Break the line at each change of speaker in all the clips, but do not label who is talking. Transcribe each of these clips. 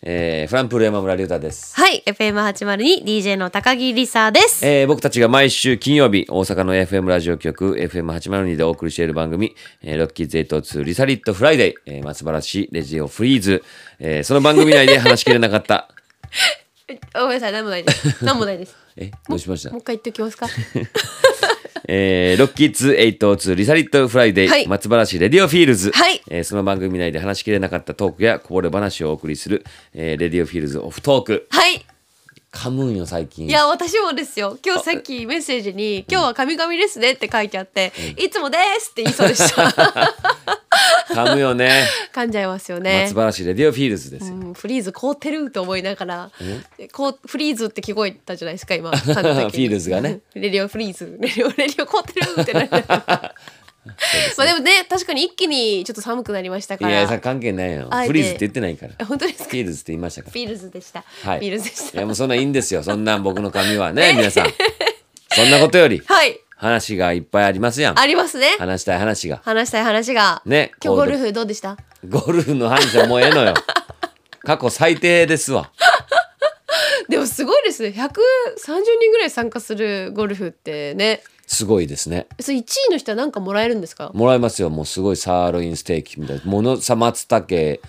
えーフランプール山村龍太です。
はい FM802 DJ の高木梨沙です
えー僕たちが毎週金曜日、大阪の FM ラジオ局 FM802 でお送りしている番組、えーロッキーズ8 2リサリットフライデー、えー松原市レジオフリーズ、えーその番組内で話しきれなかった。
ごめんなさい何もないです何もないです
え、どうしました
もう一回言っておきま すか
えーロッキーズ802リサリットフライデー、
はい
松原市レディオフィールズ、
はい
えーその番組内で話しきれなかったトークやこぼれ話をお送りする、えーレディオフィールズオフトーク。
はい
噛むんよ、最近。
いや私もですよ今日さっきメッセージに「今日は神々ですね」って書いてあって「いつもです」って言いそうでした
噛むよね。
噛んじゃいますよ ね
松原市レディオフィールズですよ。
うん、フリーズ凍ってると思いながらこうフリーズって聞こえたじゃないです か今フィ
フィールズがね
レディオフリーズレディオレディオ凍ってるって なるまあでもね確かに一気にちょっと寒くなりましたか
い
ら
や、さ関係ないよ
あ。えて
フリーズって言ってないから。
あ本当ですか
フィールズって言いましたか
フィールズでした、
ら。はい。
フィールズでし
い
た
や、もうそんなんいいんですよ。そんなん僕の髪は ね、皆さん。そんなことより、
はい
話がいっぱいありますやん。
ありますね
話したい話が。
話したい話が
ね
今日ゴルフどうでした
ゴルフの話はもうええのよ。過去最低ですわ。
でもすごいですね130人ぐらい参加するゴルフってね
すごいですね。
それ1位の人は何かもらえるんですか
もらえますよ。もうすごいサーロインステーキみたいな。ものさ、松 茸。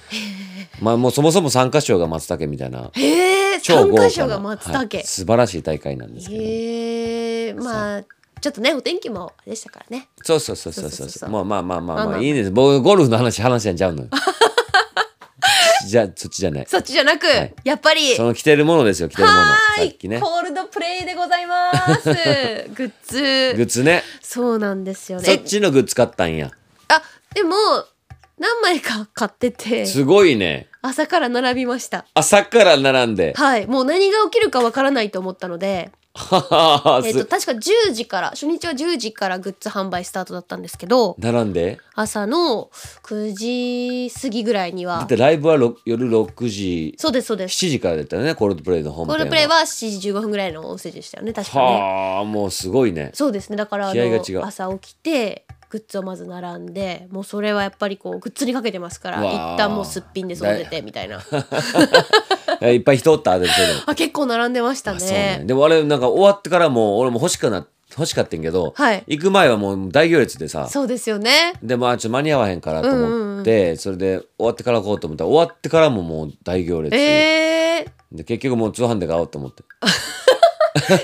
まあもうそもそも参加賞が松茸みたいな。
へえ
超
参
豪華
加
な
賞が松茸、
はい素晴らしい大会なんですけど。
へえまあちょっとねお天気もあれでしたからね
そうそうそうそうそ
そう
そ
そううそうう
まあまあまあまあま
まあ
あ
まあ
いいんです僕ゴルフの話話しんちゃうのよ じゃあそっちじゃない
そっちじゃなく、
はい
やっぱり
その着てるものですよ着てるもの
は
さ
ー
っ
い
きね
コールドプレイでございます グッズ
グッズね
そうなんですよね
そっちのグッズ買ったんや
あでも何枚か買ってて
すごいね
朝から並びました
朝から並んで
はいもう何が起きるかわからないと思ったので、
はははは
えっと
す
確か10時から初日は10時からグッズ販売スタートだったんですけど
並んで
朝の9時過ぎぐらいに
だっ
は
てライブはろ夜6時
そうですそうです
7時からだったよねコールドプレイの本
コ
編
ールドプレイは7時15分ぐらいの音声でしたよね確かね
はあもうすごいね
そうですねだからあ
気合が違う
の朝起きてグッズをまず並んでもうそれはやっぱりこうグッズにかけてますから
うわー
一旦もうすっぴんで外出てみた いな
いっぱい人おったでもそれでも
あ結構並んでました
あそうね
ね
でもあれなんか終わってからもう俺も欲しくな欲しかったんけど、
はい
行く前はもう大行列でさ
そうですよね
でまあちょっと間に合わへんからと思って、それで終わってから行こうと思ったら終わってからももう大行列、
えー、
で結局もう通販で買おうと思って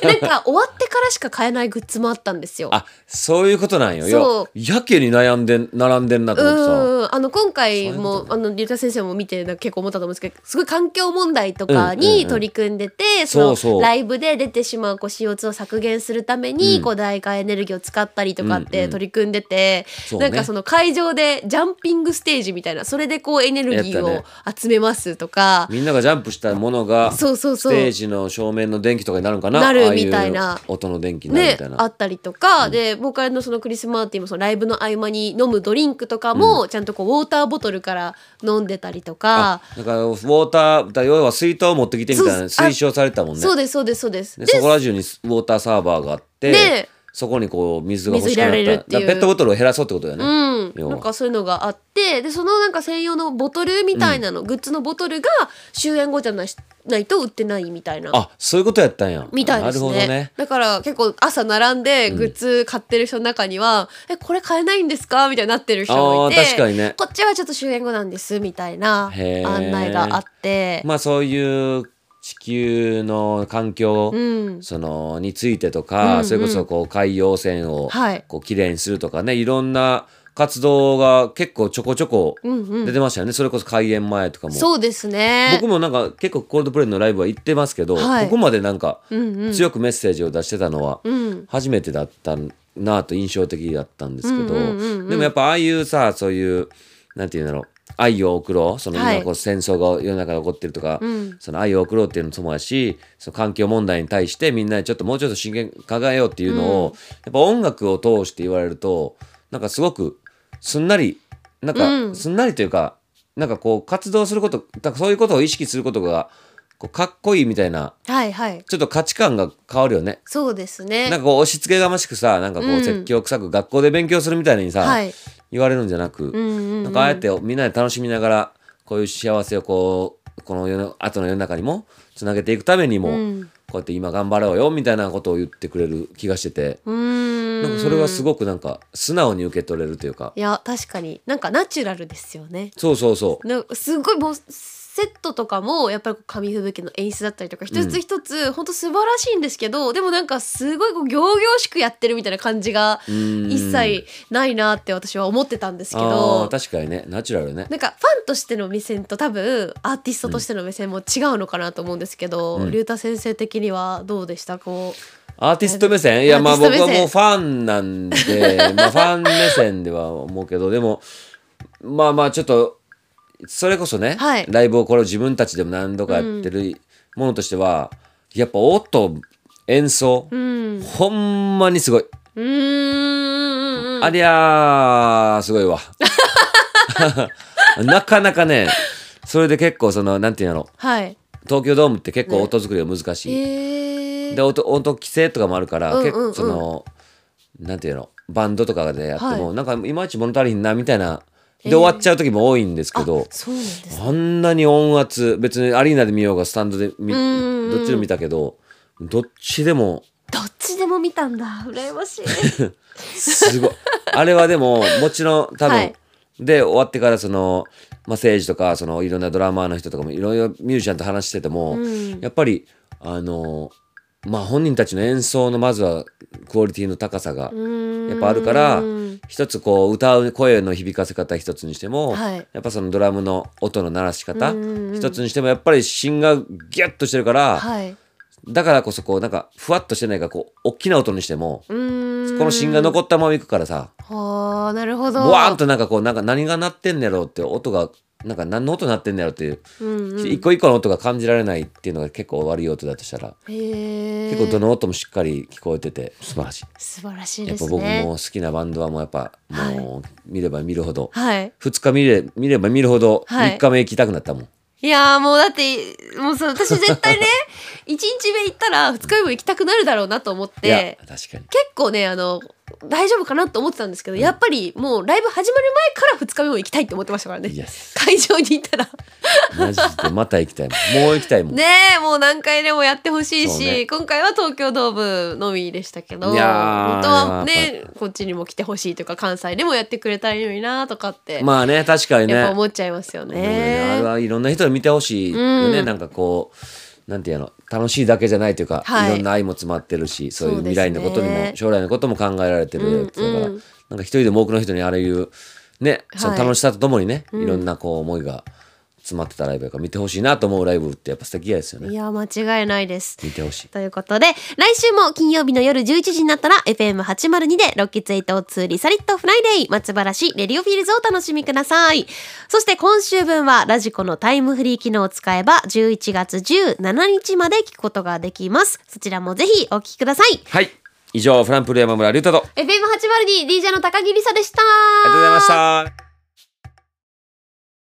なんか終わってからしか買えないグッズもあったんですよ
あそういうことなんよ
そう
いややけに悩んでん並んでんなと
う
思ってさ
んあの今回
そういう
も
こ
あの竜太先生も見てなんか結構思ったと思うんですけどすごい環境問題とか
うんうんう
に
ん
取り組んでて、
そう
そ
そう
のライブで出てしまうこう CO2 を削減するために、
うん
こう代替エネルギーを使ったりとかっ
うんう
て
ん
取り組んでて、
そうね
なんかその会場でジャンピングステージみたいなそれでこうエネルギー
やっ
を集めますとか、
みんながジャンプしたものが
そうそう
ス
そう
テージの正面の電気とかになるんかな
なる
ああう
みたいな
音の電気になるみ
ね
たいな、
あったりとか、でボーカルのそのクリス・マーティンもそのライブの合間に飲むドリンクとかもちゃんとこうウォーターボトルから飲んでたりとか
あ、なんかウォーターだ要は水筒を持ってきてみたいな
そう
推奨されたもんね
そうですそうですそうです。
で
で
そこら中にウォーターサーバーがあって、
ね
そこにこう水が欲しくなった
水入れられるってい
だ
う
からペットボトルを減らそうってことだよね、
うん、
要は
なんかそういうのがあってでそのなんか専用のボトルみたいなの、グッズのボトルが終演後じゃないしないと売ってないみたいな。
あそういうことやったんや
みたいです
な
ね
るほどね
だから結構朝並んでグッズ買ってる人の中には「えこれ買えないんですか?」みたいになってる人もいて
あー確かにね
こっちはちょっと終演後なんですみたいな
へー
案内があって、
まあそういう地球の環境、
うん、
そのについてとか、
うんうん
それこそこう海洋線を
はい
こうきれいにするとかね、い、ろんな活動が結構ちょこちょこ
うんうん
出てましたよね、それこそ開演前とかも
そうですね
僕もなんか結構コールドプレイのライブは行ってますけど、
はい
ここまでなんか
うんうん
強くメッセージを出してたのは
うん
初めてだったなぁと印象的だったんですけど、
うんうんうんうん
でもやっぱああいうさそういうなんていうんだろう愛を送ろうその
はい
今こう戦争が世の中で起こってるとか、
うん
その愛を送ろうっていうのもそうやしその環境問題に対してみんなでちょっともうちょっと真剣に考えようっていうのを、やっぱ音楽を通して言われるとなんかすごくすんなりなん
う
か
ん
すんなりというか、なんかこう活動することなんかそういうことを意識することがこうかっこいいみたいな
はいはい
ちょっと価値観が変わるよね。
そうです
なん
ね
かこう押し付けがましくさなんかこ
う
うん説教臭く学校で勉強するみたいにさ、
はい
言われるんじゃなく、
うんうんうん
なんかあえてみんなで楽しみながらこういう幸せをこうこの世の後の世の中にもつなげていくためにも、
うん
こうやって今頑張ろうよみたいなことを言ってくれる気がしてて、
うーん
なんかそれはすごくなんか素直に受け取れるというか
いや確かになんかナチュラルですよね
そうそうそう
なんかすごいもうセットとかもやっぱりこう紙吹雪の演出だったりとか一つ一つ本当素晴らしいんですけど、でもなんかすごいこう仰々しくやってるみたいな感じが
うん
一切ないなって私は思ってたんです
あ
けど
ー確かにねナチュラルね
なんかファンとしての目線と多分アーティストとしての目線も違うのかなと思うんですけど、
うん
龍太先生的にはどうでしたこ
アーティスト目線いやま
ア
あ
ーティ
僕
スト
は
目線
もうファンなんで まあファン目線では思うけどでもまあまあちょっとそれこそね、
はい
ライブをこれを自分たちでも何度かやってるものとしては、やっぱ音演奏、
ううん
ほんまにすごい、
うーん
ありゃーすご いわ なかなかねそれで結構そのなんていうんやろ
はい
東京ドームって結構音作りが難しい、
えー
で音音規制とかもあるから、
うんうんうん
結構そのなんていうのバンドとかでやっても、
は
なんかいまいち物足りひんなみたいなで、
えー
終わっちゃう時も多いんですけど
そうなんですね
あんなに音圧別にアリーナで見ようがスタンドで見
うんうんうん
どっちでも見たけどどっちでも
どっちでも見たんだ羨ましい
す ごいあれはでももちろん多分、
はい
で終わってからその、まあ、政治とかそのいろんなドラマーの人とかもいろいろミュージシャンと話してても、
うん
やっぱりあのまあ本人たちの演奏のまずはクオリティの高さがやっぱあるから
うん
一つこう歌う声の響かせ方一つにしても、
はい
やっぱそのドラムの音の鳴らし方
うんうん
一つにしてもやっぱり芯がギュッとしてるから、
はい
だからこそこうなんかふわっとしてないからこう大きな音にしても
うーん
この芯が残ったままいくからさ
はあなるほど
わーんとなんかこうなんか何が鳴ってんねやろうって音がなんか何の音鳴ってんねやろうっていう、
うんうん
一個一個の音が感じられないっていうのが結構悪い音だとしたら。
へえ
結構どの音もしっかり聞こえてて素晴らしい。
素晴らし
や
いで
っぱ
す
僕も
ね
好きなバンドはもうやっぱもう見れば見るほど、
はい
2日見れ見れば見るほど
はい
3日目行きたくなったもん。
いやーもうだってもうそう私絶対ね 一日目行ったら二日目も行きたくなるだろうなと思っ
い、や
て
確かに。
結構ねあの大丈夫かなと思ってたんですけど、やっぱりもうライブ始まる前から二日目も行きたいって思ってましたからね
Yes
会場にいたら
マジでまた行きたいもん。もう行きたいもん。
ねえもう何回でもやってほしい
そう
し、
ね
今回は東京ドームのみでしたけど
いやー
本当はね
や
こっちにも来てほしいというか関西でもやってくれたらいいのになとかって、
まあね確かにね。
やっぱ思っちゃいますよ
思うよねあ
ね。
れはいろんな人に見てほしいよね、
うん
なんかこうなんていうの楽しいだけじゃないというか、
はい
い、ろんな愛も詰まってるしそういう
そうで
未
す
来
ね
のことにも、将来のことも考えられてるやつだから、
うんうん
なんか一人でも多くの人にああいうねその
はい
楽しさとともにね、い、ろんなこう思いが詰まってたライブやから見てほしいなと思うライブってやっぱ素敵やですよ
い
ね
や間違いないです。
見てほしい
ということで来週も金曜日の夜11時になったら FM802 で「ロッキーツエイト2リサリットフライデー松原市レディオフィールズ」をお楽しみくださいそして今週分はラジコのタイムフリー機能を使えば11月17日まで聞くことができますそちらもぜひお聞きください
はい以上フランプル山村龍太とあり
FM802DJ の高木梨沙でした
がとうございました